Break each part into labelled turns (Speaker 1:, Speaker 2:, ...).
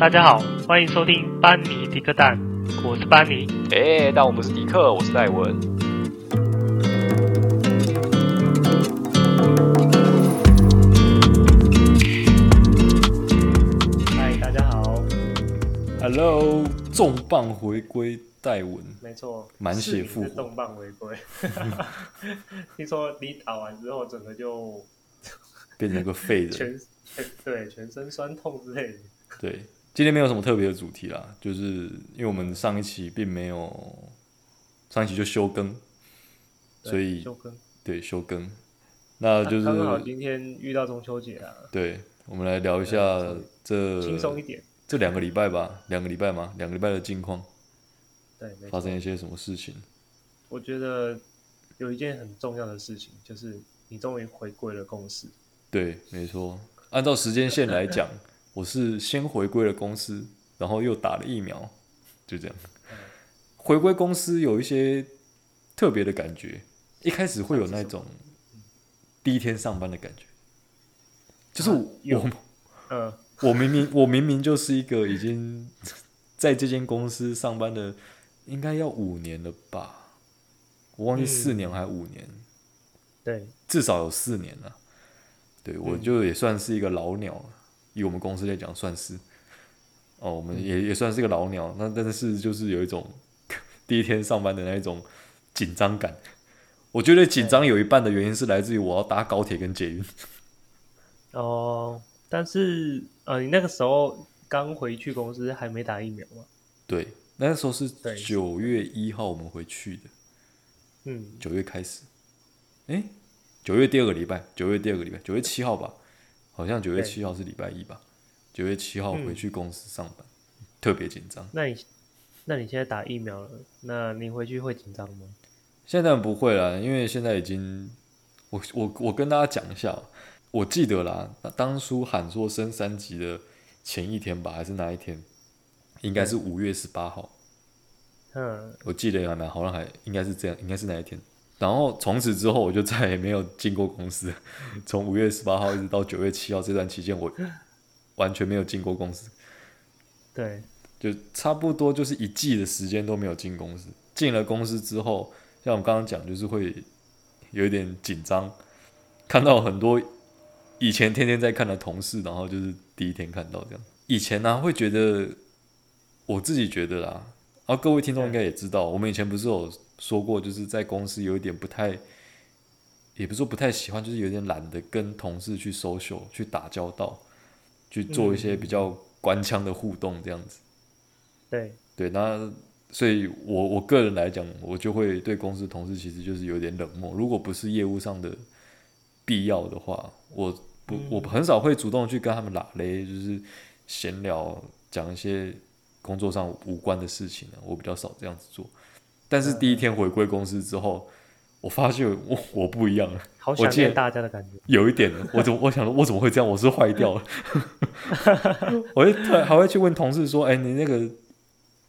Speaker 1: 大家好，欢迎收听班尼迪克蛋，我是班尼。
Speaker 2: 哎，但我不是迪克，我是戴文。
Speaker 1: 嗨，大家好，
Speaker 3: Hello，重磅回归戴文，
Speaker 1: 没错，
Speaker 3: 满血复活
Speaker 1: 是重磅回归。 听说你打完之后，整个就
Speaker 3: 变成个废人。
Speaker 1: 全 全对全身酸痛之类的。
Speaker 3: 对，今天没有什么特别的主题啦，就是因为我们上一期并没有，上一期就休更，
Speaker 1: 对
Speaker 3: 所以
Speaker 1: 就跟
Speaker 3: 对休更，那就是
Speaker 1: 刚好今天遇到中秋节啊，
Speaker 3: 对，我们来聊一下
Speaker 1: 对
Speaker 3: 这
Speaker 1: 轻松一点。
Speaker 3: 这两个礼拜吧，两个礼拜嘛，两个礼拜的近况，
Speaker 1: 对，没
Speaker 3: 发
Speaker 1: 错。
Speaker 3: 生一些什么事情？
Speaker 1: 我觉得有一件很重要的事情，就是你终于回归了公司。
Speaker 3: 对，没错，按照时间线来讲， 我是先回归了公司，然后又打了疫苗，就这样。回归公司有一些特别的感觉，一开始会有那种第一天上班的感觉，就是我、
Speaker 1: 嗯，
Speaker 3: 我我明明我明明就是一个已经 在这间公司上班的，应该要五年了吧，我忘记
Speaker 1: 嗯
Speaker 3: 四年还五年，
Speaker 1: 对，
Speaker 3: 至少有四年了。对我就也算是一个老鸟了，以我们公司来讲算是。哦，我们也、也算是个老鸟，那但是就是有一种 第一天上班的那一种紧张感。我觉得紧张有一半的原因是来自于我要搭高铁跟捷运。
Speaker 1: 哦，但是呃，你那个时候刚回去公司，还没打疫苗嘛？
Speaker 3: 对，那时候是
Speaker 1: 对
Speaker 3: 九月一号我们回去的，
Speaker 1: 嗯，
Speaker 3: 九月开始。诶，九月第二个礼拜，九月第二个礼拜，九月七号吧，好像九月
Speaker 1: 对
Speaker 3: 七号是礼拜一吧？九月七号回
Speaker 1: 嗯
Speaker 3: 去公司上班，特别紧张。
Speaker 1: 那你那你现在打疫苗了，那你回去会紧张吗？
Speaker 3: 现在不会了，因为现在已经，我我我跟大家讲一下，哦我记得啦，当初喊说升三级的前一天吧，还是哪一天？应该是五月十八号，
Speaker 1: 嗯，
Speaker 3: 我记得还蛮好像还应该是这样，应该是哪一天？然后从此之后，我就再也没有进过公司，从五月十八号一直到九月七号这段期间，我完全没有进过公司，
Speaker 1: 对，
Speaker 3: 就差不多就是一季的时间都没有进公司。进了公司之后，像我刚刚讲，就是会有一点紧张，看到很多以前天天在看的同事，然后就是第一天看到这样。以前呢、会觉得我自己觉得啦，然后各位听众应该也知道，我们以前不是有说过，就是在公司有一点不太，也不是说不太喜欢，就是有点懒得跟同事去 social 去打交道，去做一些比较官腔的互动这样子。
Speaker 1: 对，
Speaker 3: 对，那所以我我个人来讲，我就会对公司同事其实就是有点冷漠。如果不是业务上的必要的话，我不我很少会主动去跟他们拉嘞，就是闲聊讲一些工作上无关的事情啊，我比较少这样子做。但是第一天回归公司之后，我发现我我不一样了，
Speaker 1: 好
Speaker 3: 我
Speaker 1: 想
Speaker 3: 记得
Speaker 1: 念大家的感觉。
Speaker 3: 有一点，我怎么我想说，我怎么会这样？我是坏 掉了，我就突然还会去问同事说，哎、你那个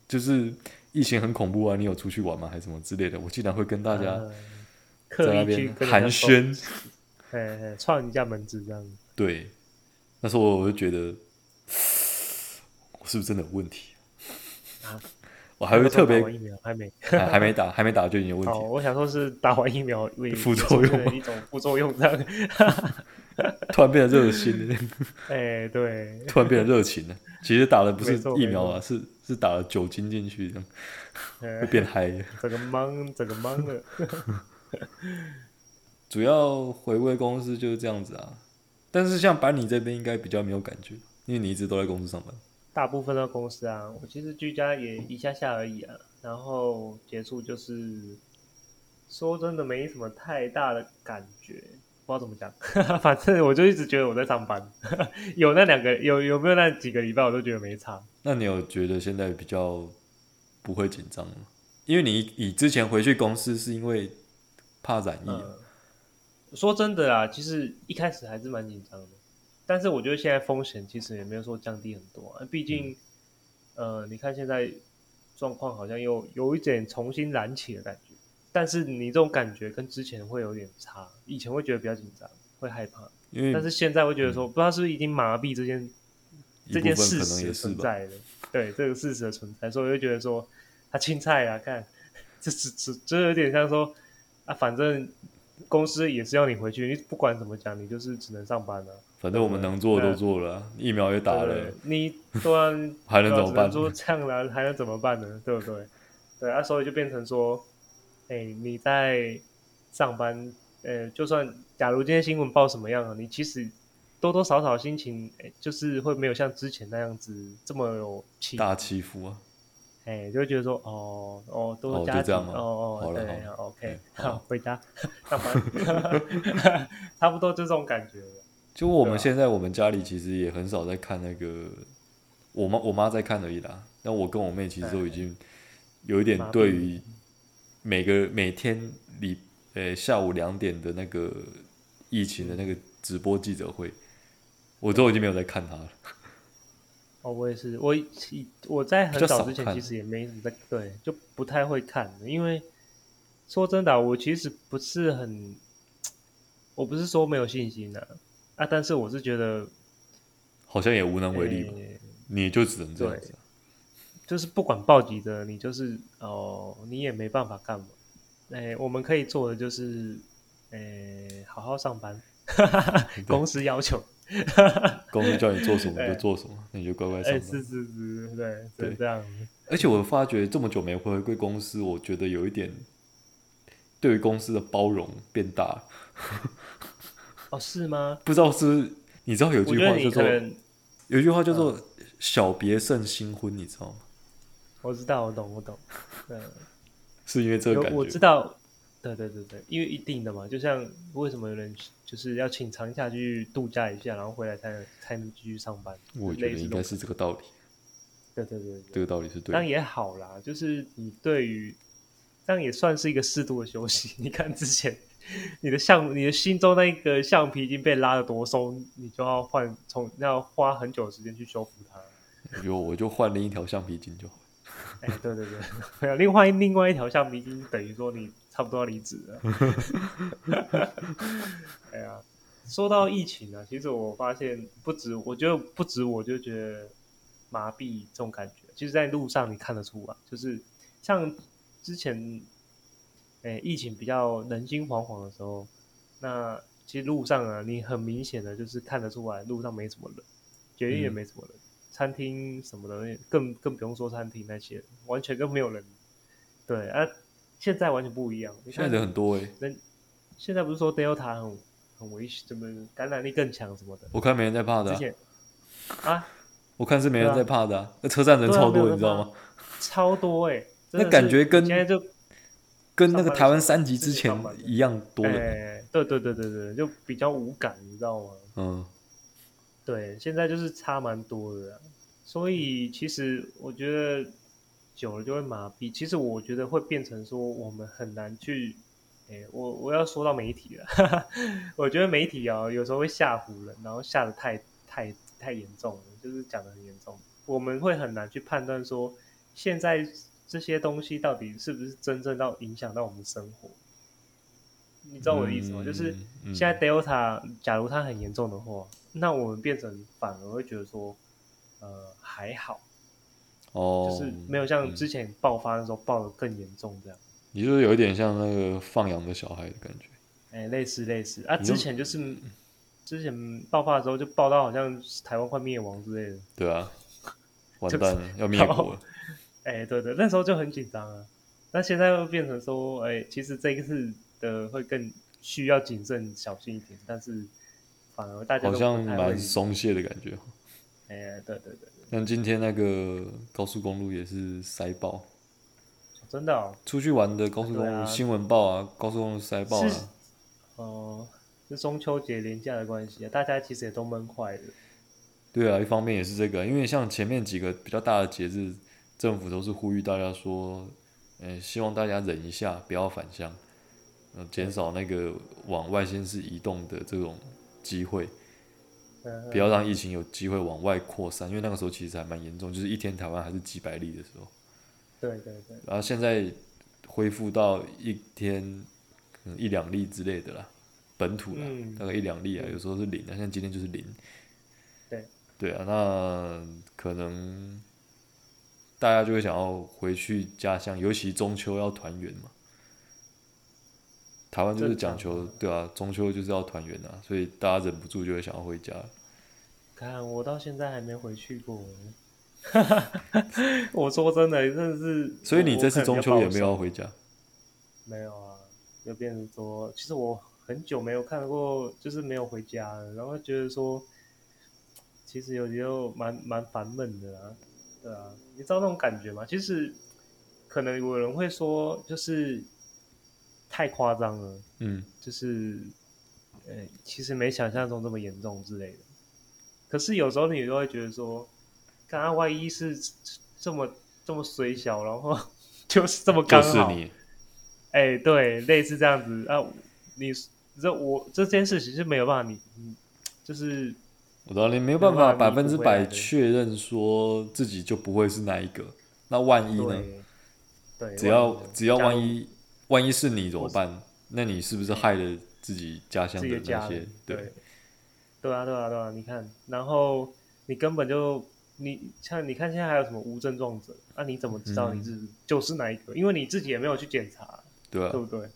Speaker 3: 就是疫情很恐怖啊，你有出去玩吗？还是什么之类的？我竟然会跟大家
Speaker 1: 嗯刻
Speaker 3: 在那
Speaker 1: 意去
Speaker 3: 边
Speaker 1: 跟人家
Speaker 3: 寒
Speaker 1: 说，
Speaker 3: 暄，
Speaker 1: 嘿嘿，串一下门子这样子。
Speaker 3: 对，那时候我就觉得，我是不是真的有问题？
Speaker 1: 啊
Speaker 3: 我还会
Speaker 1: 那时候
Speaker 3: 特别
Speaker 1: 打完疫苗还没，
Speaker 3: 还还没打，还没打就已经有问
Speaker 1: 哦，
Speaker 3: 题，
Speaker 1: 我想说是打完疫苗会
Speaker 3: 副作用吗
Speaker 1: 的一种副作用这样。
Speaker 3: 突然变得热心了，
Speaker 1: 哎，对，
Speaker 3: 突然变得热情了。其实打的不是
Speaker 1: 没错
Speaker 3: 疫苗啊，
Speaker 1: 没
Speaker 3: 是是打了酒精进去，这样
Speaker 1: 呃
Speaker 3: 会变嗨了。
Speaker 1: 整个懵，整个懵了。
Speaker 3: 主要回归公司就是这样子啊。但是像班尼这边应该比较没有感觉，因为你一直都在公司上班。
Speaker 1: 大部分的公司啊，我其实居家也一下下而已啊，然后结束就是，说真的没什么太大的感觉，不知道怎么讲， 反正我就一直觉得我在上班， 有那两个有有没有那几个礼拜我都觉得没差，
Speaker 3: 那你有觉得现在比较不会紧张吗？因为你你之前回去公司是因为怕染疫、
Speaker 1: 嗯，说真的啊，其实一开始还是蛮紧张的，但是我觉得现在风险其实也没有说降低很多、啊，毕竟，呃，你看现在状况好像又有一点重新燃起的感觉，但是你这种感觉跟之前会有点差，以前会觉得比较紧张，会害怕，
Speaker 3: 因
Speaker 1: 但是
Speaker 3: 为
Speaker 1: 现在会觉得说，不知道是不是已经麻痹这件
Speaker 3: 一
Speaker 1: 这
Speaker 3: 部
Speaker 1: 件
Speaker 3: 分
Speaker 1: 事
Speaker 3: 可能
Speaker 1: 实
Speaker 3: 也是
Speaker 1: 存
Speaker 3: 吧。
Speaker 1: 在的，对这个事实的存在，所以我就觉得说他青菜啊，看这只只这有点像说啊，反正公司也是要你回去，你不管怎么讲，你就是只能上班了、啊。
Speaker 3: 反正我们能做的都做了啊、疫苗也打
Speaker 1: 对不
Speaker 3: 了
Speaker 1: 对，你对啊，
Speaker 3: 还
Speaker 1: 对啊
Speaker 3: 能怎么
Speaker 1: 只
Speaker 3: 办？
Speaker 1: 说这样啦、还能怎么办呢？对不对？对啊，所以就变成说，哎、你在上班，呃，就算假如今天新闻报什么样啊，你其实多多少少心情、哎就是会没有像之前那样子这么有气，
Speaker 3: 大欺负啊！
Speaker 1: 哎、就会觉得说，哦哦，都
Speaker 3: 哦
Speaker 1: 是家
Speaker 3: 就这
Speaker 1: 庭，哦
Speaker 3: 样吗
Speaker 1: 哦
Speaker 3: 好了
Speaker 1: 对
Speaker 3: 好
Speaker 1: ，OK，
Speaker 3: 哎
Speaker 1: 好，
Speaker 3: 好
Speaker 1: 回家上班， 差不多就这种感觉了。
Speaker 3: 就我
Speaker 1: 对啊
Speaker 3: 们现在我们家里其实也很少在看那个，我妈我妈在看而已啦。但我跟我妹其实都已经有一点
Speaker 1: 麻痹
Speaker 3: 对于每个每天里呃下午两点的那个疫情的那个直播记者会，我都已经没有在看它了。
Speaker 1: 哦，我也是，我以我在
Speaker 3: 比
Speaker 1: 很
Speaker 3: 较
Speaker 1: 早
Speaker 3: 少
Speaker 1: 之前
Speaker 3: 看
Speaker 1: 其实也没什么在对，就不太会看，因为说真的啊、我其实不是很，我不是说没有信心的啊但是我是觉得，哎
Speaker 3: 好像也无能为力吧，
Speaker 1: 诶
Speaker 3: 你就只能这样子啊。
Speaker 1: 就是不管报几的，你就是哦，你也没办法干嘛。哎，我们可以做的就是，哎，好好上班，公司要求，
Speaker 3: 公司叫你做什么
Speaker 1: 对
Speaker 3: 就做什么，那你就乖乖上
Speaker 1: 哎，
Speaker 3: 班。
Speaker 1: 是是是，对，是
Speaker 3: 对
Speaker 1: 这样，
Speaker 3: 而且我发觉这么久没回归公司，我觉得有一点对于公司的包容变大了。
Speaker 1: 哦，是吗？
Speaker 3: 不知道是不是你知道有
Speaker 1: 我
Speaker 3: 句
Speaker 1: 觉得
Speaker 3: 话
Speaker 1: 你
Speaker 3: 叫
Speaker 1: 可
Speaker 3: 做
Speaker 1: 能，嗯
Speaker 3: 有一句话叫做“小别胜新婚”，你知道吗？
Speaker 1: 我知道，我懂，我懂， 嗯。
Speaker 3: 是因为这个
Speaker 1: 有
Speaker 3: 感
Speaker 1: 我知
Speaker 3: 觉。
Speaker 1: 道，对对对对，因为一定的嘛，就像为什么有人就是要请长假去度假一下，然后回来才能才能继续上班，
Speaker 3: 我觉
Speaker 1: 类
Speaker 3: 得
Speaker 1: 似
Speaker 3: 应
Speaker 1: 这种
Speaker 3: 该是这个道理，
Speaker 1: 对对对对
Speaker 3: 这个道理是对
Speaker 1: 当然
Speaker 3: 的。
Speaker 1: 也好啦，就是你对于这样也算是一个适度的休息。 你看之前你的橡，你的心中那个橡皮已经被拉得多松，你就要换从要花很久的时间去修复它。
Speaker 3: 有我就换另一条橡皮筋就好。
Speaker 1: 哎，对对对， 没有，另外另外一条橡皮筋等于说你差不多要离职了。哎呀，说到疫情啊，其实我发现不止，我觉得不止，我就觉得麻痹这种感觉，其实在路上你看得出来，啊就是像之前，哎，疫情比较人心惶惶的时候，那其实路上啊，你很明显的就是看得出来，路上没什么人，绝对也
Speaker 3: 嗯
Speaker 1: 没什么人。餐厅什么的，更更不用说餐厅那些，完全跟没有人。对啊，现在完全不一样。你
Speaker 3: 现在
Speaker 1: 看
Speaker 3: 人很多欸诶、
Speaker 1: 人现在不是说 Delta 很很危险，怎么感染力更强什么的？
Speaker 3: 我看没人在怕
Speaker 1: 之
Speaker 3: 的啊、
Speaker 1: 前啊，
Speaker 3: 我看是没人
Speaker 1: 对啊
Speaker 3: 在怕的、啊。那车站人
Speaker 1: 对啊
Speaker 3: 超
Speaker 1: 没有
Speaker 3: 多，
Speaker 1: 人
Speaker 3: 你知道
Speaker 1: 怕
Speaker 3: 吗？
Speaker 1: 超多哎、欸，真
Speaker 3: 那
Speaker 1: 的
Speaker 3: 感
Speaker 1: 是
Speaker 3: 觉跟
Speaker 1: 现在就
Speaker 3: 跟那
Speaker 1: 上
Speaker 3: 个
Speaker 1: 班
Speaker 3: 台
Speaker 1: 的
Speaker 3: 湾
Speaker 1: 时候
Speaker 3: 三级
Speaker 1: 自
Speaker 3: 之
Speaker 1: 己
Speaker 3: 前
Speaker 1: 啊上班的
Speaker 3: 一样多欸
Speaker 1: 哎、
Speaker 3: 人。
Speaker 1: 对对对对对，就比较无感，你知道吗？
Speaker 3: 嗯，
Speaker 1: 对，现在就是差蛮多的啊、所以其实我觉得久了就会麻痹。其实我觉得会变成说，我们很难去，诶，我我要说到媒体了， 我觉得媒体啊，有时候会吓唬人，然后吓得太太太严重了，就是讲的很严重，我们会很难去判断说，现在这些东西到底是不是真正到影响到我们生活。你知道我的意思吗？就是。
Speaker 3: 嗯
Speaker 1: 现在 Delta 假如它很严重的话，那我们变成反而会觉得说，呃，还好，
Speaker 3: 哦，
Speaker 1: 就是没有像
Speaker 3: 嗯
Speaker 1: 之前爆发的时候爆的更严重这样。
Speaker 3: 你就是有一点像那个放羊的小孩的感 觉，
Speaker 1: 哎、类似类似啊，
Speaker 3: 你就
Speaker 1: 之前就是之前爆发的时候就爆到好像台湾快灭亡之类的。
Speaker 3: 对啊，完
Speaker 1: 就是
Speaker 3: 蛋了，要灭国了。
Speaker 1: 哎、对对，那时候就很紧张啊。那现在又变成说，哎、其实这一次的会更需要谨慎小心一点，但是反而大家
Speaker 3: 好
Speaker 1: 都
Speaker 3: 像
Speaker 1: 不太会
Speaker 3: 蛮。松懈的感觉。
Speaker 1: 哎、对对对对，
Speaker 3: 像今天那个高速公路也是塞爆，
Speaker 1: 真的哦，
Speaker 3: 出去玩的高速公
Speaker 1: 对
Speaker 3: 路、
Speaker 1: 啊
Speaker 3: 新闻报啊，高速公路塞爆了、
Speaker 1: 是哦，是中秋节连假的关系啊，大家其实也都闷坏了。
Speaker 3: 对啊，一方面也是这个，因为像前面几个比较大的节日，政府都是呼吁大家说，呃，希望大家忍一下，不要返乡，呃，减少那个往外县市移动的这种机会。
Speaker 1: 嗯
Speaker 3: 不要让疫情有机会往外扩散，因为那个时候其实还蛮严重，就是一天台湾还是几百例的时候，
Speaker 1: 对对对，
Speaker 3: 然后现在恢复到一天可能一两例之类的啦，本土啦，
Speaker 1: 嗯
Speaker 3: 大概一两例啊，
Speaker 1: 嗯
Speaker 3: 有时候是零啊，像今天就是零。
Speaker 1: 对，
Speaker 3: 对啊，那可能大家就会想要回去家乡，尤其中秋要团圆嘛。台湾就是讲求
Speaker 1: 正常
Speaker 3: 对啊，中秋就是要团圆啊，所以大家忍不住就会想要回家。
Speaker 1: 看我到现在还没回去过， 我说真的，真的是。
Speaker 3: 所以你
Speaker 1: 我
Speaker 3: 这次中秋也
Speaker 1: 我可能比
Speaker 3: 没？有要
Speaker 1: 较保守
Speaker 3: 回家，
Speaker 1: 没有啊，就变成说，其实我很久没有看过，就是没有回家了，然后觉得说，其实有时候蛮蛮烦闷的啊，对啊，你知道那种感觉吗？其实可能有人会说，就是太夸张了，
Speaker 3: 嗯，
Speaker 1: 就是呃，其实没想象中这么严重之类的。可是有时候你就会觉得说，刚刚万一是这么这么水小，然后 就是这么刚
Speaker 3: 就
Speaker 1: 好，
Speaker 3: 是你，
Speaker 1: 哎，对，类似这样子啊，你这我这件事情是没有办法，你你就是
Speaker 3: 我知道你没有办法
Speaker 1: 没有办
Speaker 3: 百
Speaker 1: 法
Speaker 3: 分之
Speaker 1: 弥补回来
Speaker 3: 百
Speaker 1: 的
Speaker 3: 确认说自己就不会是哪一个，那万一呢？
Speaker 1: 对对，
Speaker 3: 只要
Speaker 1: 万一
Speaker 3: 只要
Speaker 1: 加入
Speaker 3: 万一万一是你怎么办？那你是不是害了自己家乡
Speaker 1: 自
Speaker 3: 的
Speaker 1: 己的
Speaker 3: 那
Speaker 1: 家
Speaker 3: 些
Speaker 1: 人？，
Speaker 3: 对，
Speaker 1: 对啊，对啊，对啊，你看，然后你根本就你像你看现在还有什么无症状者，那、你怎么知道你是、
Speaker 3: 嗯
Speaker 1: 就是哪一个？因为你自己也没有去检查，
Speaker 3: 对啊
Speaker 1: 对，不对？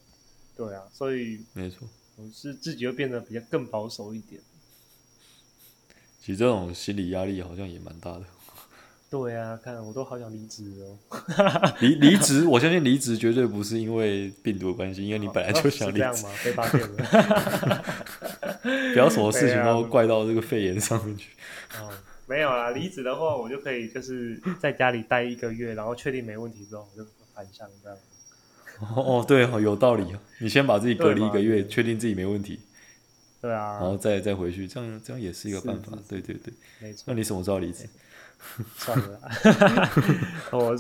Speaker 1: 对啊，所以
Speaker 3: 没错。
Speaker 1: 我是自己会变得比较更保守一点。
Speaker 3: 其实这种心理压力好像也蛮大的。
Speaker 1: 对啊，看我都好想离职哦。
Speaker 3: 离离职，我相信离职绝对不是因为病毒的关系，因为你本来就想
Speaker 1: 啊哦是
Speaker 3: 离
Speaker 1: 这样
Speaker 3: 职，
Speaker 1: 吗？被发现了。
Speaker 3: 不要什么事
Speaker 1: 对
Speaker 3: 情
Speaker 1: 啊
Speaker 3: 都怪到这个肺炎上面去。
Speaker 1: 哦，没有啦，离职的话，我就可以就是在家里待一个月，然后确定没问题之后，我就返乡这样。
Speaker 3: 哦，哦对哦，有道理哦。你先把自己隔离一个
Speaker 1: 对
Speaker 3: 月，
Speaker 1: 嘛
Speaker 3: 确定自己没问题，
Speaker 1: 对啊
Speaker 3: 然，后再再回去，这样这样也是一个办法
Speaker 1: 是是。
Speaker 3: 对对对。
Speaker 1: 没错
Speaker 3: 那。你什么时候离职？
Speaker 1: 算 了啦，我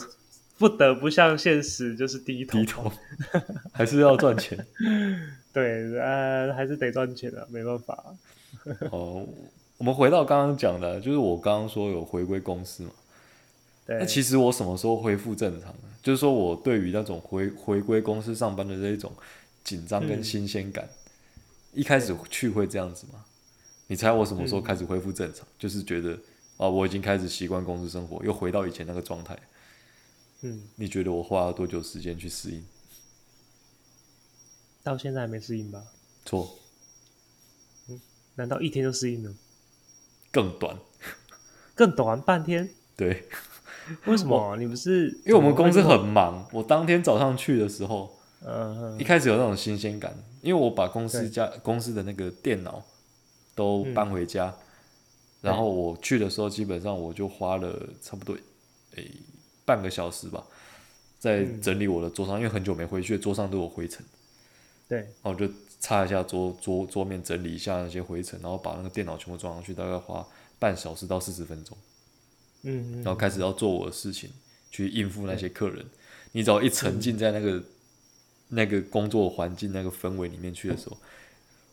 Speaker 1: 不得不向现实就是低哎头。
Speaker 3: 低头， 还是要赚钱。
Speaker 1: 对，呃，还是得赚钱的，没办法。
Speaker 3: 哦，我们回到刚刚讲的，就是我刚刚说有回归公司嘛。
Speaker 1: 对，
Speaker 3: 那其
Speaker 1: 实
Speaker 3: 实我什么时候恢复正常呢？就是说我对于那种回回归公司上班的这一种紧张跟
Speaker 1: 嗯
Speaker 3: 新鲜感，一开始去会这样子吗？你猜我什么时候
Speaker 1: 嗯
Speaker 3: 开始恢复正常？就是觉得啊，我已经开始习惯公司生活，又回到以前那个状态。
Speaker 1: 嗯，
Speaker 3: 你觉得我花了多久时间去适应？
Speaker 1: 到现在还没适应吧？
Speaker 3: 错，
Speaker 1: 难道一天就适应了？
Speaker 3: 更短。
Speaker 1: 更短半天？
Speaker 3: 对，
Speaker 1: 为什么？你不是
Speaker 3: 因为我们公司很忙，我当天早上去的时候，
Speaker 1: 嗯
Speaker 3: 一开始有那种新鲜感，因为我把公司
Speaker 1: 对
Speaker 3: 家公司的那个电脑都搬回家，
Speaker 1: 嗯
Speaker 3: 然后我去的时候，基本上我就花了差不多诶、半个小时吧，在
Speaker 1: 嗯
Speaker 3: 整理我的桌上，因为很久没回去，桌上都有灰尘，
Speaker 1: 对
Speaker 3: 然后我就擦一下桌桌桌面，整理一下那些灰尘，然后把那个电脑全部装上去，大概花半小时到四十分钟，
Speaker 1: 嗯嗯
Speaker 3: 然后开始要做我的事情，去应付那些客人。你只要一沉浸在那个、那个工作环境、那个氛围里面去的时候，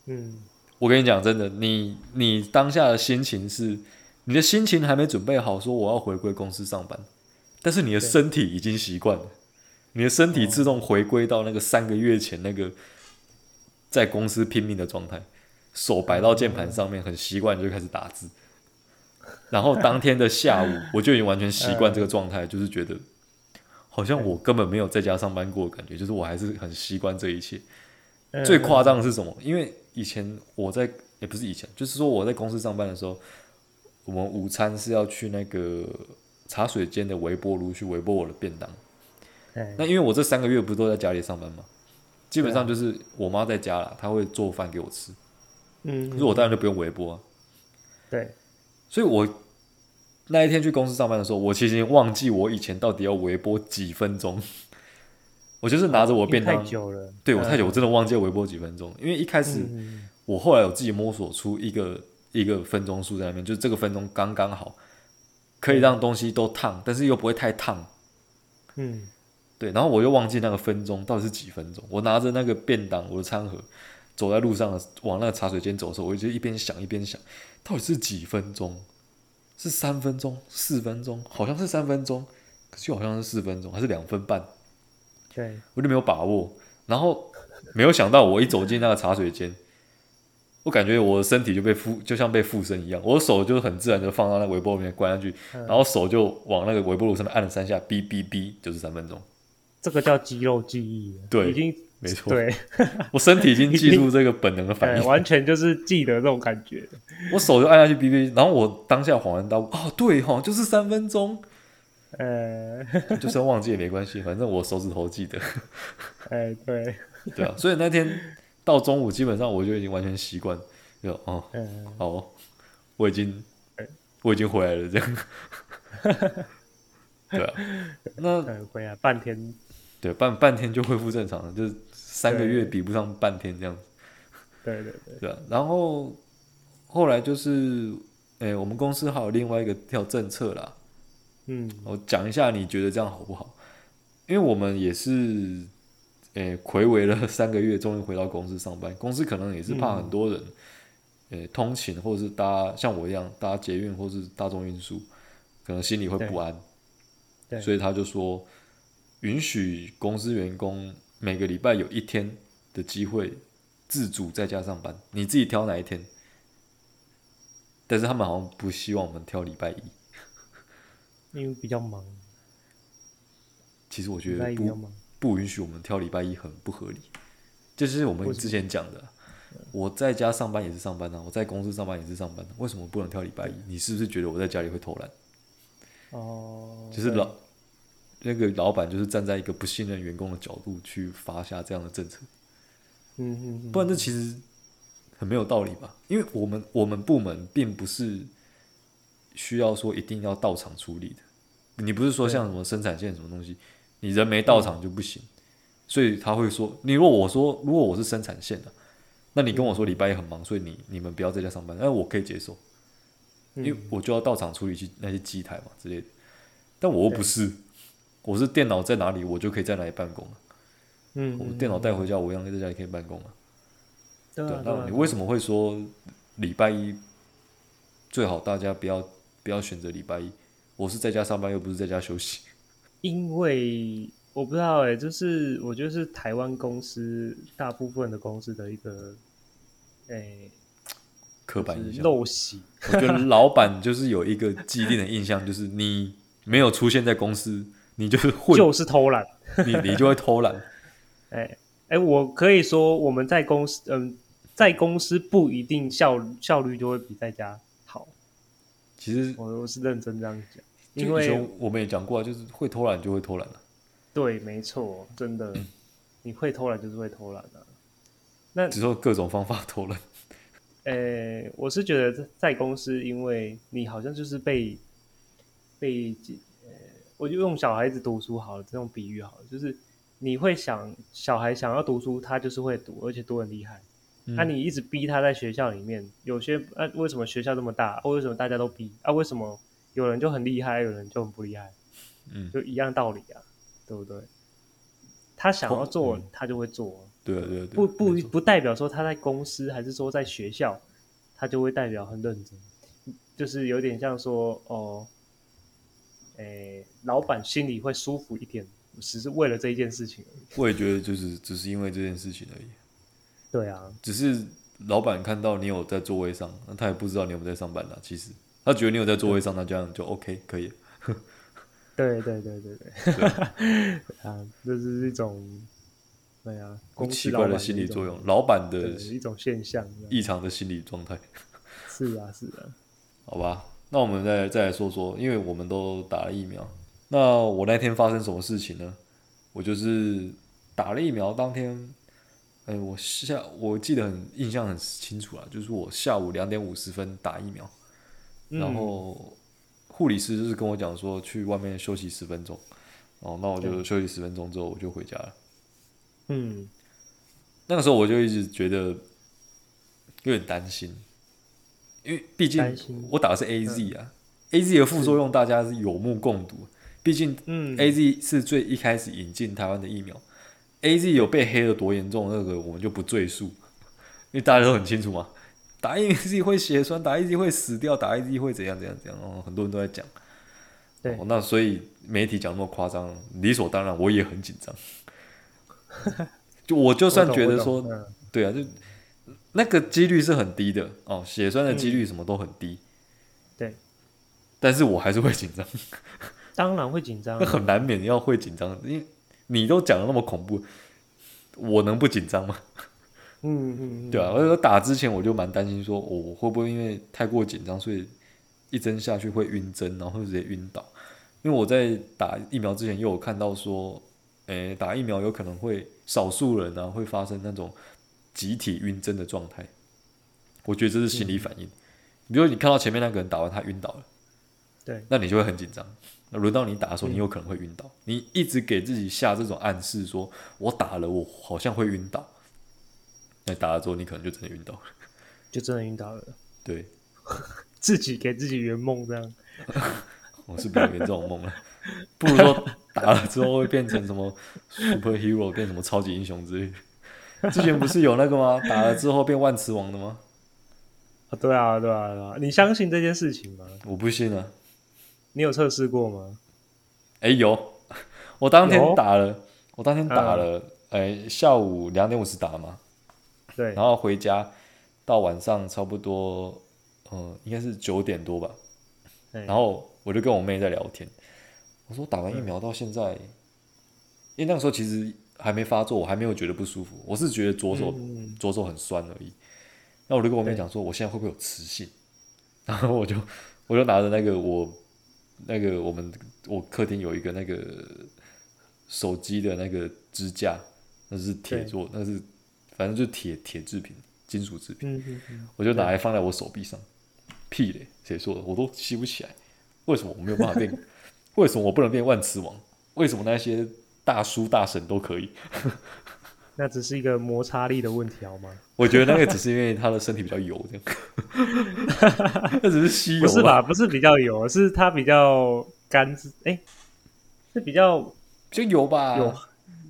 Speaker 1: 嗯
Speaker 3: 我跟你讲，真的，你你当下的心情是，你的心情还没准备好，说我要回归公司上班，但是你的
Speaker 1: 对
Speaker 3: 身体已经习惯了，你的身体自动回归到那个三个月前那个在公司拼命的状态，手摆到键盘上面，很习惯就开始打字，然后当天的下午，我就已经完全习惯这个状态，就是觉得好像我根本没有在家上班过的感觉，就是我还是很习惯这一切。
Speaker 1: 嗯
Speaker 3: 最夸张的是什么？因为以前我在，也、不是以前，就是说我在公司上班的时候，我们午餐是要去那个茶水间的微波炉去微波我的便当。
Speaker 1: 哎
Speaker 3: 那因为我这三个月不是都在家里上班嘛，基本上就是我妈在家啦，她会做饭给我吃，
Speaker 1: 嗯
Speaker 3: 可是我当然就不用微波啊。
Speaker 1: 对
Speaker 3: 所以我那一天去公司上班的时候，我其实已经忘记我以前到底要微波几分钟，我就是拿着我
Speaker 1: 变
Speaker 3: 便当
Speaker 1: 哦太，久了，呃
Speaker 3: 对我太久，我真的忘记微波几分钟，因为一开始。
Speaker 1: 嗯
Speaker 3: 我后来有自己摸索出一个一个分钟数在那边，就是这个分钟刚刚好，可以让东西都烫，但是又不会太烫。
Speaker 1: 嗯
Speaker 3: 对，然后我又忘记那个分钟到底是几分钟。我拿着那个便当，我的餐盒，走在路上往那个茶水间走的时候，我就一边想一边想，到底是几分钟？是三分钟、四分钟？好像是三分钟，可是又好像是四分钟，还是两分半？
Speaker 1: 对
Speaker 3: 我就没有把握。然后没有想到，我一走进那个茶水间，我感觉我的身体就被附，就像被附身一样，我的手就很自然就放到那微波炉里面关下去，
Speaker 1: 嗯
Speaker 3: 然后手就往那个微波炉上面按了三下，哔哔哔，就是三分钟。
Speaker 1: 这个叫肌肉记忆了，
Speaker 3: 对
Speaker 1: 已经
Speaker 3: 没错
Speaker 1: 对，
Speaker 3: 我身体已经记住这个本能的反
Speaker 1: 哎
Speaker 3: 应，
Speaker 1: 完全就是记得这种感觉。
Speaker 3: 我手就按下去哔哔，然后我当下恍然大悟，哦，对哈、哦，就是三分钟，
Speaker 1: 呃，
Speaker 3: 就算忘记也没关系，反正我手指头记得，
Speaker 1: 哎，对，
Speaker 3: 对啊，所以那天到中午基本上我就已经完全习惯，就哦，
Speaker 1: 嗯，
Speaker 3: 好哦，我已经我已经回来了，这样， 对啊，那
Speaker 1: 对，回来半天，
Speaker 3: 对半半天就恢复正常了，就是三个
Speaker 1: 对
Speaker 3: 月比不上半天这样子，
Speaker 1: 对对对，
Speaker 3: 对啊，然后后来就是，诶、我们公司还有另外一个条政策啦。
Speaker 1: 嗯，
Speaker 3: 我哦讲一下，你觉得这样好不好？因为我们也是，诶、暌违了三个月，终于回到公司上班。公司可能也是
Speaker 1: 嗯
Speaker 3: 怕很多人，诶、通勤或者是搭像我一样搭捷运或是大众运输，可能心里会不安，
Speaker 1: 对，
Speaker 3: 所以他就说，允许公司员工每个礼拜有一天的机会自主在家上班，你自己挑哪一天。但是他们好像不希望我们挑礼拜一。
Speaker 1: 因为比较忙，
Speaker 3: 其实我觉
Speaker 1: 礼
Speaker 3: 得
Speaker 1: 拜一比
Speaker 3: 不
Speaker 1: 较忙，
Speaker 3: 不允许我们挑礼拜一很不合理，就是我们
Speaker 1: 为什么
Speaker 3: 之前讲的，我在家上班也是上班啊，我在公司上班也是上班、啊，为什么不能挑礼拜一？你是不是觉得我在家里会偷懒？
Speaker 1: 哦，
Speaker 3: 就是
Speaker 1: 对
Speaker 3: 老那个老板就是站在一个不信任员工的角度去发下这样的政策，
Speaker 1: 嗯嗯嗯，
Speaker 3: 不然这其实很没有道理吧？因为我们我们部门并不是需要说一定要到场处理的，你不是说像什么生产线什么东西，你人没到场就不行，所以他会说，你如果我说如果我是生产线的、那你跟我说礼拜一很忙，所以你你们不要在家上班，那我可以接受，因为
Speaker 1: 嗯
Speaker 3: 我就要到场处理去那些机台嘛之类的，但我又不是，我是电脑在哪里，我就可以在哪里办公啊，
Speaker 1: 嗯，
Speaker 3: 我
Speaker 1: 嗯
Speaker 3: 电脑带回家，我一样在家里可以办公啊。
Speaker 1: 对
Speaker 3: 对
Speaker 1: 啊
Speaker 3: 啊，
Speaker 1: 对
Speaker 3: 那
Speaker 1: 啊
Speaker 3: 你为什么会说礼拜一最好大家不要不要选择礼拜一？我是在家上班，又不是在家休息。
Speaker 1: 因为我不知道哎、就是我觉得是台湾公司大部分的公司的一个，哎、
Speaker 3: 刻板印象，我
Speaker 1: 陋习，
Speaker 3: 觉得老板就是有一个既定的印象，就是你没有出现在公司，你就是混，
Speaker 1: 就是偷懒。
Speaker 3: 你你就会偷 懒。
Speaker 1: 哎、哎、我可以说我们在公司，嗯、在公司不一定效效率就会比在家好，
Speaker 3: 其实
Speaker 1: 我我是认真这样讲，
Speaker 3: 就
Speaker 1: 因
Speaker 3: 以前
Speaker 1: 为
Speaker 3: 我们也讲过啊，就是会偷懒就会偷懒啊 了、
Speaker 1: 对，没错，真的，你会偷懒就是会偷懒的、啊。那
Speaker 3: 只有各种方法偷懒。
Speaker 1: 呃，我是觉得在在公司，因为你好像就是被被呃，我就用小孩子读书好了，这种比喻好了，就是你会想小孩想要读书，他就是会读，而且读很厉害。
Speaker 3: 嗯
Speaker 1: 那、你一直逼他在学校里面，有些啊，为什么学校这么大？啊、为什么大家都逼？啊，为什么有人就很厉害，有人就很不厉害？
Speaker 3: 嗯，
Speaker 1: 就一样道理啊，对不对？他想要做，他就会做啊。
Speaker 3: 对啊对啊对啊，
Speaker 1: 不不
Speaker 3: 没错
Speaker 1: 不代表说他在公司还是说在学校，他就会代表很认真，就是有点像说哦，诶，老板心里会舒服一点，只是为了这一件事情而已。
Speaker 3: 我也觉得就是只是因为这件事情而已。
Speaker 1: 对啊，
Speaker 3: 只是老板看到你有在座位上，那他也不知道你有没有在上班啦、其实他觉得你有在座位上，那这样就 OK 可以了。
Speaker 1: 对对对对对， 啊，这是一种，对啊，公司
Speaker 3: 奇
Speaker 1: 老
Speaker 3: 怪
Speaker 1: 板
Speaker 3: 的
Speaker 1: 一
Speaker 3: 心理
Speaker 1: 种
Speaker 3: 作用，，老板
Speaker 1: 对
Speaker 3: 的
Speaker 1: 一种现象这样。
Speaker 3: 异常的心理状态，
Speaker 1: 是啊是啊，
Speaker 3: 好吧？那我们再再来说说，因为我们都打了疫苗，那我那天发生什么事情呢？我就是打了疫苗当天，哎、我下我记得很印象很清楚啊，就是我下午两点五十分打疫苗，然
Speaker 1: 嗯
Speaker 3: 后护理师就是跟我讲说去外面休息十分钟，哦，那我就休息十分钟之后我就回家了。
Speaker 1: 嗯
Speaker 3: 那个时候我就一直觉得有点担心，因为毕竟
Speaker 1: 担心
Speaker 3: 我打的是 A Z 啊、a Z 的副作用大家是有目共睹，毕竟
Speaker 1: 嗯
Speaker 3: A Z 是最一开始引进台湾的疫苗，A Z 有被黑的多严重，那个我们就不赘述，因为大家都很清楚嘛。打 A Z 会血栓，打 A Z 会死掉，打 A Z 会怎样怎样怎样，哦，很多人都在讲。
Speaker 1: 对
Speaker 3: 哦那所以媒体讲那么夸张，理所当然，我 也很紧张。就我就
Speaker 1: 就
Speaker 3: 算觉得说
Speaker 1: 嗯
Speaker 3: 对啊，就那个几率是很低的哦，血栓的几
Speaker 1: 嗯
Speaker 3: 率什么都很低。
Speaker 1: 对，
Speaker 3: 但是我还是会紧张，
Speaker 1: 当然会紧张
Speaker 3: 那
Speaker 1: 啊，
Speaker 3: 很难免要会紧张，因为你都讲的那么恐怖，我能不紧张吗？
Speaker 1: 嗯嗯，嗯
Speaker 3: 对啊，我说打之前我就蛮担心说、哦我会不会因为太过紧张，所以一针下去会晕针，然后直接晕倒。因为我在打疫苗之前，又有看到说，诶、打疫苗有可能会少数人啊会发生那种集体晕针的状态。我觉得这是心理反应。比如你看到前面那个人打完他晕倒了，
Speaker 1: 对，
Speaker 3: 那你就会很紧张。那轮到你打的时候，你有可能会晕倒。你一直给自己下这种暗示说，我打了，我好像会晕倒。那打了之后，你可能就真的晕倒了。
Speaker 1: 就真的晕倒了，
Speaker 3: 对，
Speaker 1: 自己给自己圆梦这样，
Speaker 3: 我是不要圆这种梦了，不如说打了之后会变成什么 superhero，变什 么超级英雄之类的。之前不是有那个吗？打了之后变万磁王的吗？
Speaker 1: 啊对啊对啊对啊，你相信这件事情吗？
Speaker 3: 我不信啊！
Speaker 1: 你有测试过吗？
Speaker 3: 哎、有，我当天
Speaker 1: 有
Speaker 3: 打了，我当天打了，哎、下午两点五十打嘛，
Speaker 1: 对
Speaker 3: 然，后回家到晚上差不多，嗯，应该是九点多吧。
Speaker 1: 哎
Speaker 3: 然后我就跟我妹在聊天，我说打完疫苗到现在，因为那个时候其实还没发作，我还没有觉得不舒服，我是觉得左手、
Speaker 1: 嗯
Speaker 3: 左手很酸而已。那我就跟我妹
Speaker 1: 对
Speaker 3: 讲说，我现在会不会有磁性？ 然后我就我就拿着那个我那个我们我客厅有一个那个手机的那个支架，那是铁
Speaker 1: 对
Speaker 3: 做，那是反正就是铁铁制品，金属制品。
Speaker 1: 嗯嗯嗯，
Speaker 3: 我就拿来放在我手臂上。屁嘞，谁说的？我都吸不起来。为什么我没有办 法变？为什么我不能变万磁王？为什么那些大叔大婶都可以？
Speaker 1: 那只是一个摩擦力的问题好吗？
Speaker 3: 我觉得那个只是因为他的身体比较油，这样。 那只是吸油、
Speaker 1: 不
Speaker 3: 啊，
Speaker 1: 是吧？不是比较油，是它比较干，哎、是比较
Speaker 3: 就油吧。
Speaker 1: 有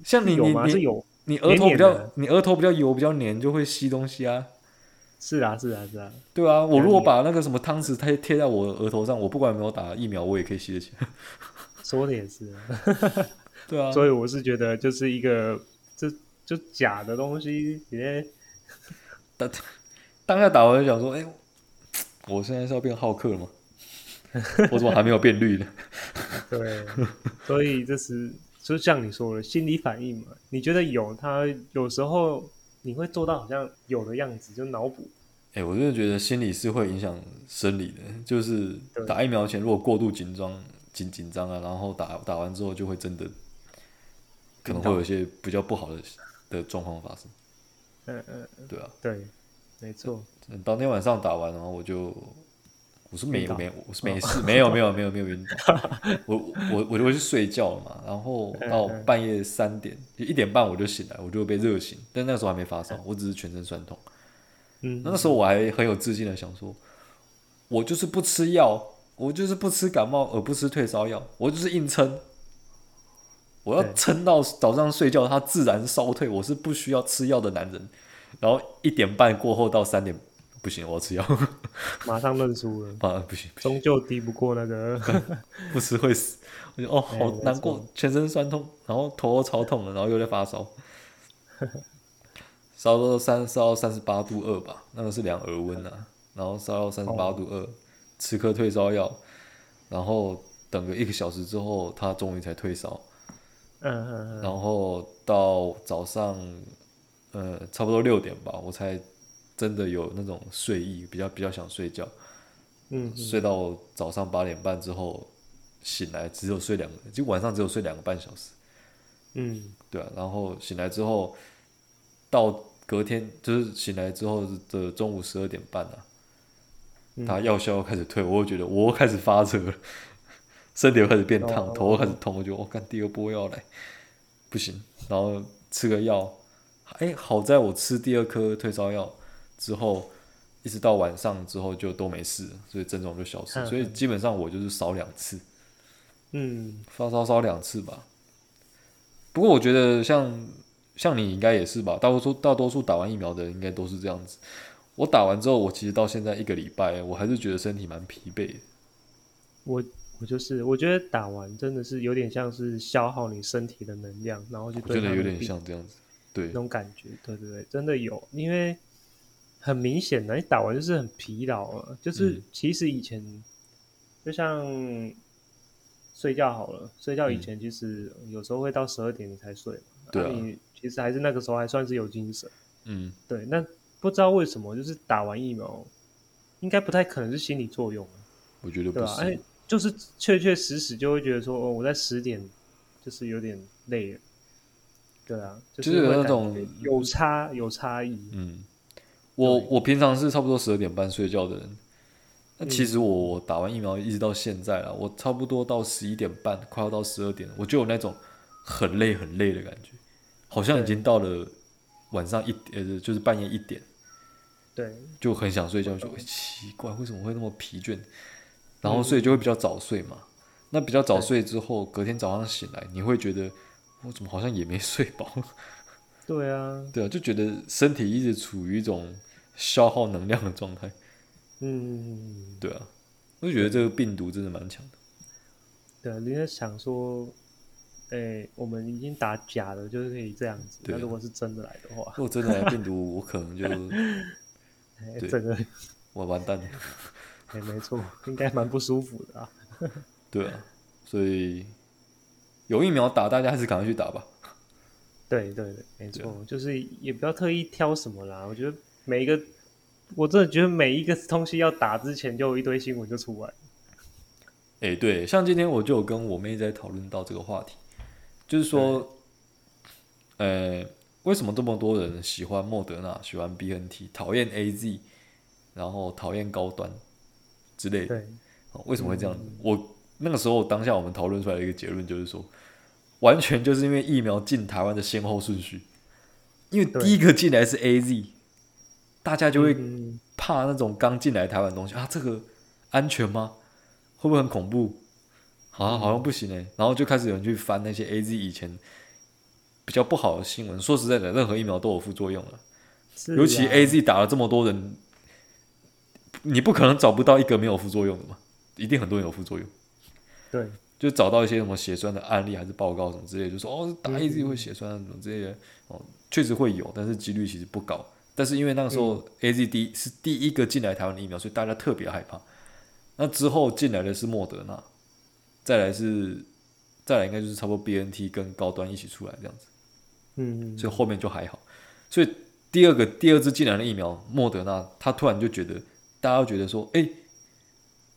Speaker 3: 像你
Speaker 1: 有
Speaker 3: 你
Speaker 1: 吗？是
Speaker 3: 你
Speaker 1: 有，
Speaker 3: 你额头比较
Speaker 1: 黏黏的
Speaker 3: 你额头比较油，比较黏，就会吸东西啊。
Speaker 1: 是啊，是啊，是啊，
Speaker 3: 对啊，我如果
Speaker 1: 黏黏
Speaker 3: 把那个什么汤匙贴贴在我额头上，我不管有没有打疫苗，我也可以吸 得起来。
Speaker 1: 说的也是。啊
Speaker 3: 对啊，
Speaker 1: 所以我是觉得，就是一个这就假的东西，里面
Speaker 3: 当下打完就想说，哎、我现在是要变好客了吗？ 我怎么还没有变绿呢？
Speaker 1: 对，所以这是就像你说的心理反应嘛。你觉得有，它有时候你会做到好像有的样子，就脑补。
Speaker 3: 哎、我真的觉得心理是会影响生理的，就是
Speaker 1: 对
Speaker 3: 打疫苗前如果过度紧张、紧紧张啊，然后打打完之后就会真的可能会有一些比较不好的的状况发生，
Speaker 1: 嗯嗯，嗯
Speaker 3: 对啊。
Speaker 1: 对，没错。
Speaker 3: 嗯当天晚上打完，然后我就我是没
Speaker 1: 晕倒嗯
Speaker 3: 没我是没事，没有 没有没有没有晕倒，我我我就会去睡觉了嘛，然后到
Speaker 1: 嗯嗯
Speaker 3: 半夜三点一点半我就醒来，我就被热醒，但那时候还没发烧，我只是全身酸痛。
Speaker 1: 嗯，
Speaker 3: 那时候我还很有自信的想说，我就是不吃药，我就是不吃感冒，而不吃退烧药，我就是硬撑。我要
Speaker 1: 对
Speaker 3: 撑到早上睡觉，它自然烧退。我是不需要吃药的男人。然后一点半过后到三点，不行，我要吃药。
Speaker 1: 马上认输了，
Speaker 3: 啊，不行，不行，
Speaker 1: 终究敌不过那个。
Speaker 3: 不吃会死。我就哦，
Speaker 1: 哎
Speaker 3: 好
Speaker 1: 没
Speaker 3: 难
Speaker 1: 错
Speaker 3: 过，全身酸痛，然后头又超痛了，然后又在发烧， 烧到三烧到三十八度二吧，那个是量额温啊，然后烧到三十八度二，吃颗退烧药，然后等个一个小时之后，他终于才退烧，
Speaker 1: 嗯嗯嗯，
Speaker 3: 然后到早上，呃，差不多六点吧，我才真的有那种睡意，比较比较想睡觉。
Speaker 1: 嗯，嗯
Speaker 3: 睡到早上八点半之后醒来，只有睡两个，就晚上只有睡两个半小时，
Speaker 1: 嗯，
Speaker 3: 对啊。然后醒来之后，到隔天就是醒来之后的中午十二点半啊，
Speaker 1: 嗯
Speaker 3: 他药效又开始退，我又觉得我又开始发热了，身体又开始变烫，
Speaker 1: 哦
Speaker 3: 头又开始痛，我就我看、干第二波要来，不行，然后吃个药，哎、好在我吃第二颗退烧药之后。一直到晚上之后就都没事了，所以症状就消失。
Speaker 1: 嗯
Speaker 3: 所以基本上我就是少两次，
Speaker 1: 嗯，
Speaker 3: 发烧烧两次吧。不过我觉得像像你应该也是吧，大多数大多数打完疫苗的人应该都是这样子。我打完之后，我其实到现在一个礼拜，我还是觉得身体蛮疲惫的。
Speaker 1: 我我就是，我觉得打完真的是有点像是消耗你身体的能量，然后去
Speaker 3: 我
Speaker 1: 对
Speaker 3: 真的
Speaker 1: 抗那
Speaker 3: 有
Speaker 1: 个
Speaker 3: 点
Speaker 1: 病
Speaker 3: 像这样子。对
Speaker 1: 那，种感觉，对对对，真的有，因为很明显啊的，你打完就是很疲劳了。就是
Speaker 3: 嗯
Speaker 1: 其实以前，就像睡觉好了，睡觉以前其实有时候会到十二点你才睡嘛，
Speaker 3: 嗯对啊
Speaker 1: 然后你其实还是那个时候还算是有精神。
Speaker 3: 嗯，
Speaker 1: 对，那不知道为什么，就是打完疫苗，应该不太可能是心理作用，啊
Speaker 3: 我觉得
Speaker 1: 对
Speaker 3: 不
Speaker 1: 吧、哎
Speaker 3: 是，，
Speaker 1: 就是确确实实就会觉得说，哦，我在十点就是有点累了。对啊，就
Speaker 3: 就是是有
Speaker 1: 会
Speaker 3: 那
Speaker 1: 感
Speaker 3: 种
Speaker 1: 觉有差有差异，
Speaker 3: 嗯，我
Speaker 1: 对
Speaker 3: 我平常是差不多十二点半睡觉的人，那
Speaker 1: 嗯
Speaker 3: 其实我我打完疫苗一直到现在了，我差不多到十一点半，快要到十二点，我就有那种很累很累的感觉，好像已
Speaker 1: 对
Speaker 3: 经到了晚上一呃就是半夜一点，
Speaker 1: 对，
Speaker 3: 就很想
Speaker 1: 嗯
Speaker 3: 睡觉，就、哎奇怪为什么会那么疲倦，然后所
Speaker 1: 嗯
Speaker 3: 以就会比较早睡嘛。那比较早睡之后，隔天早上醒来，你会觉得我怎么好像也没睡饱？
Speaker 1: 对啊，
Speaker 3: 对啊，就觉得身体一直处于一种消耗能量的状态。
Speaker 1: 嗯，
Speaker 3: 对啊，我就觉得这个病毒真的蛮强的。
Speaker 1: 对，人家想说，哎、我们已经打假的，就是可以这样子。
Speaker 3: 对啊
Speaker 1: 那如果是真的来的话，
Speaker 3: 如果真的来病毒，我可能就
Speaker 1: 哎
Speaker 3: 对
Speaker 1: 整个
Speaker 3: 我完蛋了。
Speaker 1: 哎、没错， 应该蛮不舒服的啊。
Speaker 3: 对啊，所以有疫苗打，大家还是赶快去打吧。
Speaker 1: 对对对，没
Speaker 3: 对啊
Speaker 1: 错，就是也不要特意挑什么啦。我觉得每一个，我真的觉得每一个东西要打之前，就有一堆新闻就出来。
Speaker 3: 哎、对，像今天我就有跟我妹在讨论到这个话题，就是说，呃，为什么这么多人喜欢莫德纳，喜欢 BNT，讨厌 AZ，然后讨厌高端之类的？
Speaker 1: 对，
Speaker 3: 哦为什么会这样子？我那个时候当下我们讨论出来的一个结论就是说，完全就是因为疫苗进台湾的先后顺序，因为
Speaker 1: 对
Speaker 3: 第一个进来是 AZ，大家就会
Speaker 1: 嗯，
Speaker 3: 怕那种刚进来台湾的东西啊，这个安全吗？会不会很恐怖？好像好像不行哎、然后就开始有人去翻那些 A Z 以前比较不好的新闻。说实在的，任何疫苗都有副作用了，
Speaker 1: 是
Speaker 3: 尤其
Speaker 1: 啊
Speaker 3: A Z 打了这么多人，你不可能找不到一个没有副作用的嘛，一定很多人有副作用。
Speaker 1: 对
Speaker 3: 就找到一些什么血栓的案例还是报告什么之类的，就说哦打 A Z 会血栓什么之类的，哦确实会有，但是几率其实不高。但是因为那个时候 A Z D 是第一个进来台湾的疫苗，所以大家特别害怕。那之后进来的是莫德纳，再来是再来应该就是差不多 B N T 跟高端一起出来这样子，
Speaker 1: 嗯，
Speaker 3: 所以后面就还好。所以第二个第二支进来的疫苗莫德纳，他突然就觉得大家都觉得说，哎、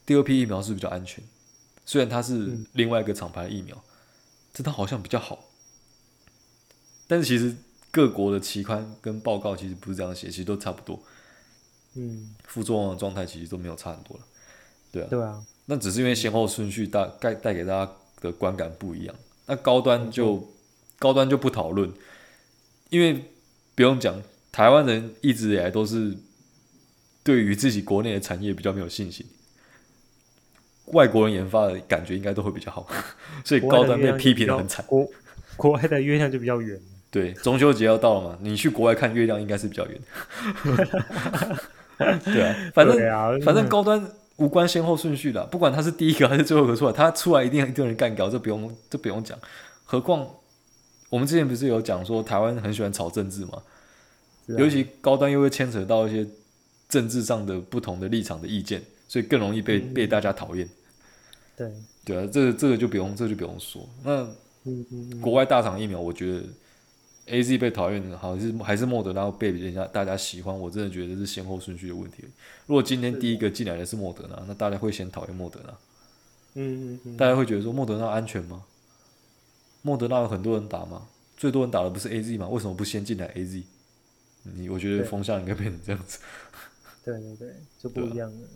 Speaker 3: 第二批疫苗是比较安全，虽然它是
Speaker 1: 嗯
Speaker 3: 另外一个厂牌的疫苗，但它好像比较好。但是其实各国的期刊跟报告其实不是这样写，其实都差不多，
Speaker 1: 嗯，
Speaker 3: 副作用的状态其实都没有差很多了。对啊，
Speaker 1: 对啊，
Speaker 3: 那只是因为先后顺序大概带给大家的观感不一样。那高端就、高端就不讨论，因为不用讲，台湾人一直以来都是对于自己国内的产业比较没有信心，外国人研发的感觉应该都会比较好， 所以
Speaker 1: 国外
Speaker 3: 高
Speaker 1: 的
Speaker 3: 端
Speaker 1: 月
Speaker 3: 被
Speaker 1: 亮就
Speaker 3: 批
Speaker 1: 比
Speaker 3: 评的
Speaker 1: 较
Speaker 3: 很惨。
Speaker 1: 国国外的月亮就比较圆。
Speaker 3: 对，中秋节要到了嘛，你去国外看月亮应该是比较远。 对啊，反正
Speaker 1: 对啊，
Speaker 3: 反正高端无关先后顺序的，不管他是第一个还是最后一个出来，他出来一定一定有人干掉，这不用这不用讲。何况我们之前不是有讲说台湾很喜欢炒政治嘛，
Speaker 1: 是啊
Speaker 3: 尤其高端又会牵扯到一些政治上的不同的立场的意见，所以更容易被、
Speaker 1: 嗯
Speaker 3: 被大家讨厌。
Speaker 1: 对，
Speaker 3: 对啊，这个这个就不用这个就不用说。那
Speaker 1: 嗯嗯嗯，
Speaker 3: 国外大厂疫苗，我觉得 A Z 被讨厌的，好像是还是莫德纳被人家大家喜欢，我真的觉得是先后顺序的问题。如果今天第一个进来的是莫德纳，那大家会先讨厌莫德纳，
Speaker 1: 嗯嗯嗯，
Speaker 3: 大家会觉得说莫德纳安全吗？莫德纳有很多人打吗？最多人打的不是 A Z 吗？为什么不先进来 A Z？你我觉得
Speaker 1: 对
Speaker 3: 风向应该变成这样子。
Speaker 1: 对对对，就不一样了。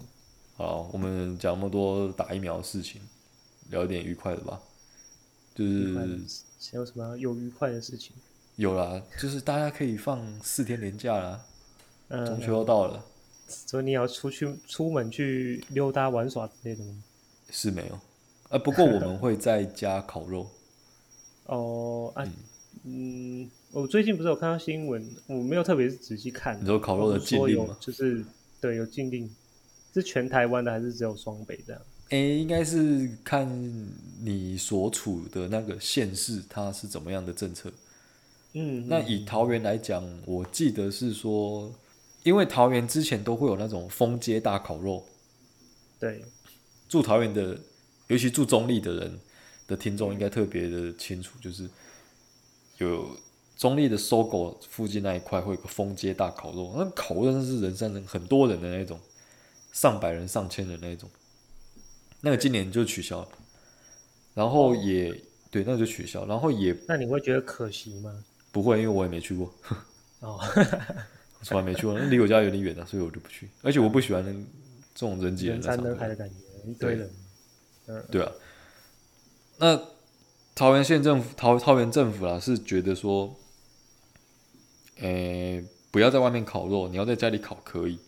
Speaker 3: 好，我们讲那么多打疫苗的事情，聊一点愉快的吧。就
Speaker 1: 愉快的
Speaker 3: 是
Speaker 1: 事还有什么有愉快的事情？
Speaker 3: 有啦，就是大家可以放四天连假啦，
Speaker 1: 嗯，
Speaker 3: 中秋要到了。
Speaker 1: 所以你也要出去出门去溜达玩耍之类的吗？
Speaker 3: 是没有，呃，不过我们会在家 烤肉，
Speaker 1: 哦，啊，嗯，我最近不是有看到新闻，我没有特别仔细看
Speaker 3: 你，说烤肉的禁
Speaker 1: 哦说
Speaker 3: 令
Speaker 1: 有
Speaker 3: 吗？
Speaker 1: 就是对有禁令，是全台湾的还是只有双北这样？
Speaker 3: 诶、应该是看你所处的那个县市它是怎么样的政策。
Speaker 1: 嗯，
Speaker 3: 那以桃园来讲，我记得是说，因为桃园之前都会有那种封街大烤肉，
Speaker 1: 对，
Speaker 3: 住桃园的，尤其住中立的人的听众应该特别的清楚，就是有中立的搜狗附近那一块会有个封街大烤肉，那烤肉真的是人山人，很多人的那种，上百人、上千人那种。那个今年就取消了，然后也对，那个就取消，然后也
Speaker 1: 那你会觉得可惜吗？
Speaker 3: 不会，因为我也没去过，
Speaker 1: 哦，
Speaker 3: 我从来没去过，那离我家有点远啊，所以我就不去，而且我不喜欢人这种人挤人
Speaker 1: 人
Speaker 3: 啊的场
Speaker 1: 山
Speaker 3: 合。
Speaker 1: 人海的感觉，一堆
Speaker 3: 对
Speaker 1: 人。嗯，
Speaker 3: 对啊，那桃园县政府、桃桃园政府啦，是觉得说，诶、不要在外面烤肉，你要在家里烤可以。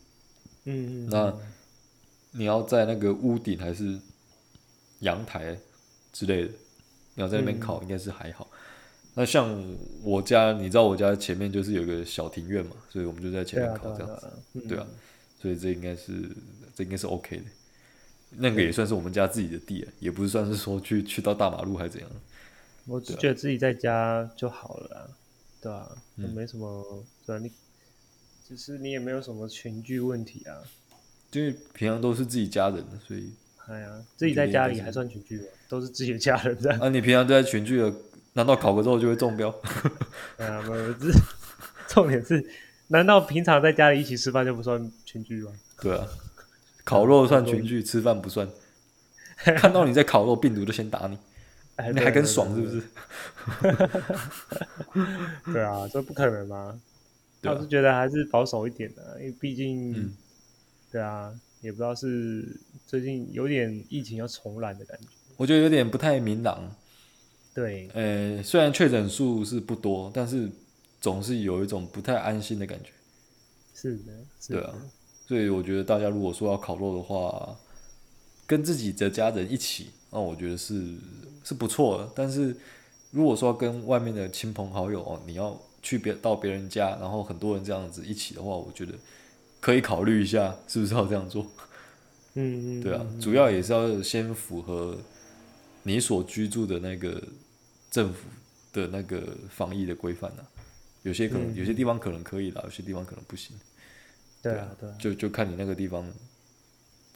Speaker 1: 嗯嗯，
Speaker 3: 那你要在那个屋顶还是阳台之类的，你要在那
Speaker 1: 嗯
Speaker 3: 边烤，应该是还好。那像我家，你知道我家前面就是有个小庭院嘛，所以我们就在前
Speaker 1: 对
Speaker 3: 面
Speaker 1: 啊，
Speaker 3: 烤这
Speaker 1: 对
Speaker 3: 样
Speaker 1: 啊
Speaker 3: 子，，
Speaker 1: 对
Speaker 3: 对
Speaker 1: 啊
Speaker 3: 啊，所以这应该是这应该是 OK 的。那个也算是我们家自己的地了，也不是算是说去去到大马路还怎样。
Speaker 1: 嗯我
Speaker 3: 啊
Speaker 1: 只觉得自己在家就好了啦，对啊，
Speaker 3: 嗯
Speaker 1: 就没什么，对啊，你只是你也没有什么群聚问题啊。
Speaker 3: 因为平常都是自己家人的，所以
Speaker 1: 哎呀，自己在家里还算群聚吧，哦都是自己的家人这样。
Speaker 3: 啊，你平常都在群聚了，难道烤个肉就会中标？
Speaker 1: 哎呀，没有，这重点是，难道平常在家里一起吃饭就不算群聚吗？
Speaker 3: 对啊，烤肉算群聚，吃饭不算。看到你在烤肉，病毒就先打你，
Speaker 1: 哎，
Speaker 3: 你还敢爽是不是？
Speaker 1: 是？对啊，这不可能嘛。
Speaker 3: 对啊
Speaker 1: 我是觉得还是保守一点的、因为毕竟，
Speaker 3: 嗯
Speaker 1: 对啊，也不知道是最近有点疫情要重燃的感觉。
Speaker 3: 我觉得有点不太明朗。
Speaker 1: 对，
Speaker 3: 呃，虽然确诊数是不多，但是总是有一种不太安心的感觉。
Speaker 1: 是的，是
Speaker 3: 对
Speaker 1: 的，
Speaker 3: 啊，所以我觉得大家如果说要烤肉的话，跟自己的家人一起，那我觉得是是不错的。但是如果说跟外面的亲朋好友哦，你要去别到别人家，然后很多人这样子一起的话，我觉得可以考虑一下是不是要这样做。
Speaker 1: 嗯嗯，
Speaker 3: 对啊
Speaker 1: 嗯，
Speaker 3: 主要也是要先符合你所居住的那个政府的那个防疫的规范啊。有些可能，
Speaker 1: 嗯
Speaker 3: 有些地方可能可以啦，有些地方可能不行。
Speaker 1: 对啊，对啊，
Speaker 3: 就就看你那个地方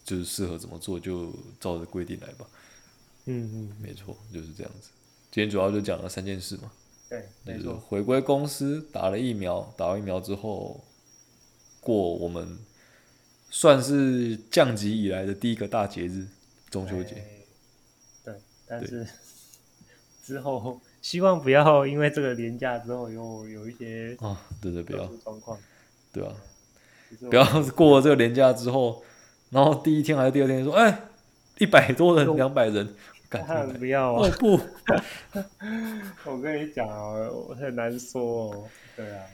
Speaker 3: 就是适合怎么做，就照着规定来吧。
Speaker 1: 嗯嗯，
Speaker 3: 没错，就是这样子。今天主要就讲了三件事嘛，
Speaker 1: 对，
Speaker 3: 就
Speaker 1: 没
Speaker 3: 是
Speaker 1: 错，
Speaker 3: 回归公司，打了疫苗，打完疫苗之后，过我们算是降级以来的第一个大节日——中秋节。
Speaker 1: 哎对，但
Speaker 3: 对
Speaker 1: 是之后希望不要因为这个廉价之后又有一些
Speaker 3: 啊，对对，不
Speaker 1: 特
Speaker 3: 要
Speaker 1: 殊，状况，
Speaker 3: 对吧、
Speaker 1: 其实我
Speaker 3: 不要过了这个年假之后，然后第一天还是第二天说，哎、一百多人，两百人，干
Speaker 1: 当然 不要
Speaker 3: 哦
Speaker 1: 啊！
Speaker 3: 不，
Speaker 1: 我跟你讲啊，我很难说哦。对啊，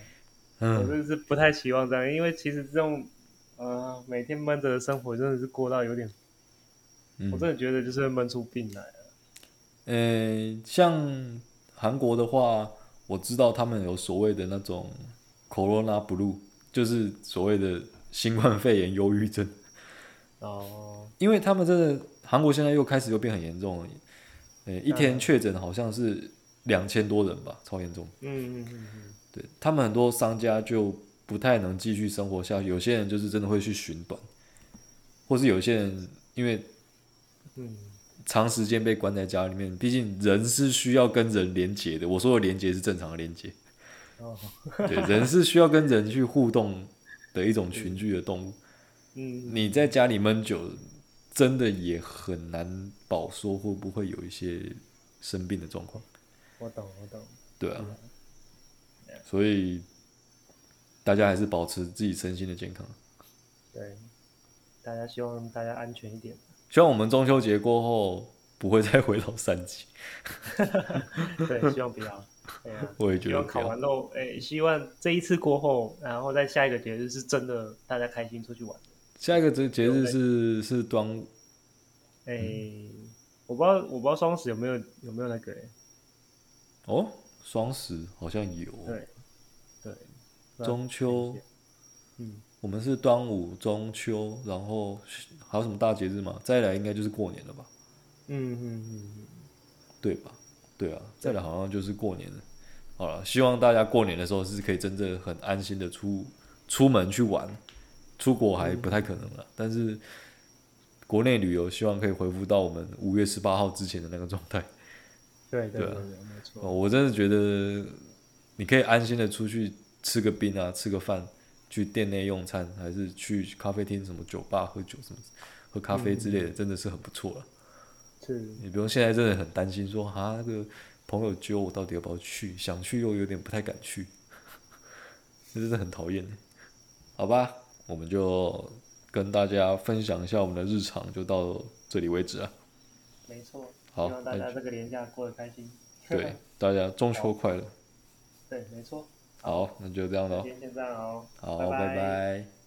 Speaker 1: 我
Speaker 3: 嗯，
Speaker 1: 真的是不太希望这样，因为其实这种呃每天闷着的生活真的是过到有点，
Speaker 3: 嗯
Speaker 1: 我真的觉得就是会闷出病来啊。
Speaker 3: 呃，像韩国的话，我知道他们有所谓的那种 corona blue，就是所谓的新冠肺炎忧郁症，
Speaker 1: 哦，
Speaker 3: 因为他们真的韩国现在又开始又变很严重了，呃，一天确诊好像是两千多人吧，超严重。
Speaker 1: 嗯嗯嗯嗯，
Speaker 3: 对他们很多商家就不太能继续生活下去，有些人就是真的会去寻短，或是有些人因为
Speaker 1: 嗯，
Speaker 3: 长时间被关在家里面，毕竟人是需要跟人连接的。我说的连接是正常的连接，
Speaker 1: 哦，
Speaker 3: 对，人是需要跟人去互动的一种群居的动物。
Speaker 1: 嗯，
Speaker 3: 你在家里闷久了，真的也很难保说会不会有一些生病的状况。
Speaker 1: 我懂我懂，
Speaker 3: 对啊，
Speaker 1: 啊
Speaker 3: 所以大家还是保持自己身心的健康。
Speaker 1: 对，大家希望大家安全一点。
Speaker 3: 希望我们中秋节过后不会再回到三级。
Speaker 1: 对，希望不要。对 啊，
Speaker 3: 我也觉
Speaker 1: 希
Speaker 3: 得
Speaker 1: 望
Speaker 3: 不
Speaker 1: 烤
Speaker 3: 要
Speaker 1: 完。肉，哎、希望这一次过后，然后在下一个节日是真的大家开心出去玩。
Speaker 3: 下一个节节日是是端午，
Speaker 1: 哎、
Speaker 3: 嗯
Speaker 1: 我不知道，我不知道双十有没有有没有那个、哎
Speaker 3: 哦，双十好像有，
Speaker 1: 对对，不然
Speaker 3: 中秋，
Speaker 1: 嗯，
Speaker 3: 我们是端午、中秋，然后还有什么大节日吗？再来应该就是过年了吧？
Speaker 1: 嗯嗯嗯嗯，
Speaker 3: 对吧？对啊，再来好像就是过年了。好了，希望大家过年的时候是可以真正很安心的出出门去玩，出国还不太可能
Speaker 1: 嗯
Speaker 3: 了，但是国内旅游希望可以恢复到我们五月十八号之前的那个状态。
Speaker 1: 对对
Speaker 3: 对
Speaker 1: 对
Speaker 3: 啊
Speaker 1: 对，没错。
Speaker 3: 哦，我真的觉得你可以安心的出去吃个冰啊，吃个饭，去店内用餐，还是去咖啡厅、什么酒吧喝酒、什么喝咖啡之类的，真的是很不错了。
Speaker 1: 嗯是，
Speaker 3: 你不用现在真的很担心说啊，那个朋友揪我到底要不要去，想去又有点不太敢去，这真的很讨厌。好吧，我们就跟大家分享一下我们的日常，就到这里为止啊。
Speaker 1: 没错。
Speaker 3: 好
Speaker 1: 希望大
Speaker 3: 那
Speaker 1: 家
Speaker 3: 就
Speaker 1: 这个年假过得开心。
Speaker 3: 对，大家中秋快乐。
Speaker 1: 对，没错。
Speaker 3: 好，那就这样
Speaker 1: 那
Speaker 3: 咯。
Speaker 1: 今天先这样哦。
Speaker 3: 好，
Speaker 1: 拜
Speaker 3: 拜拜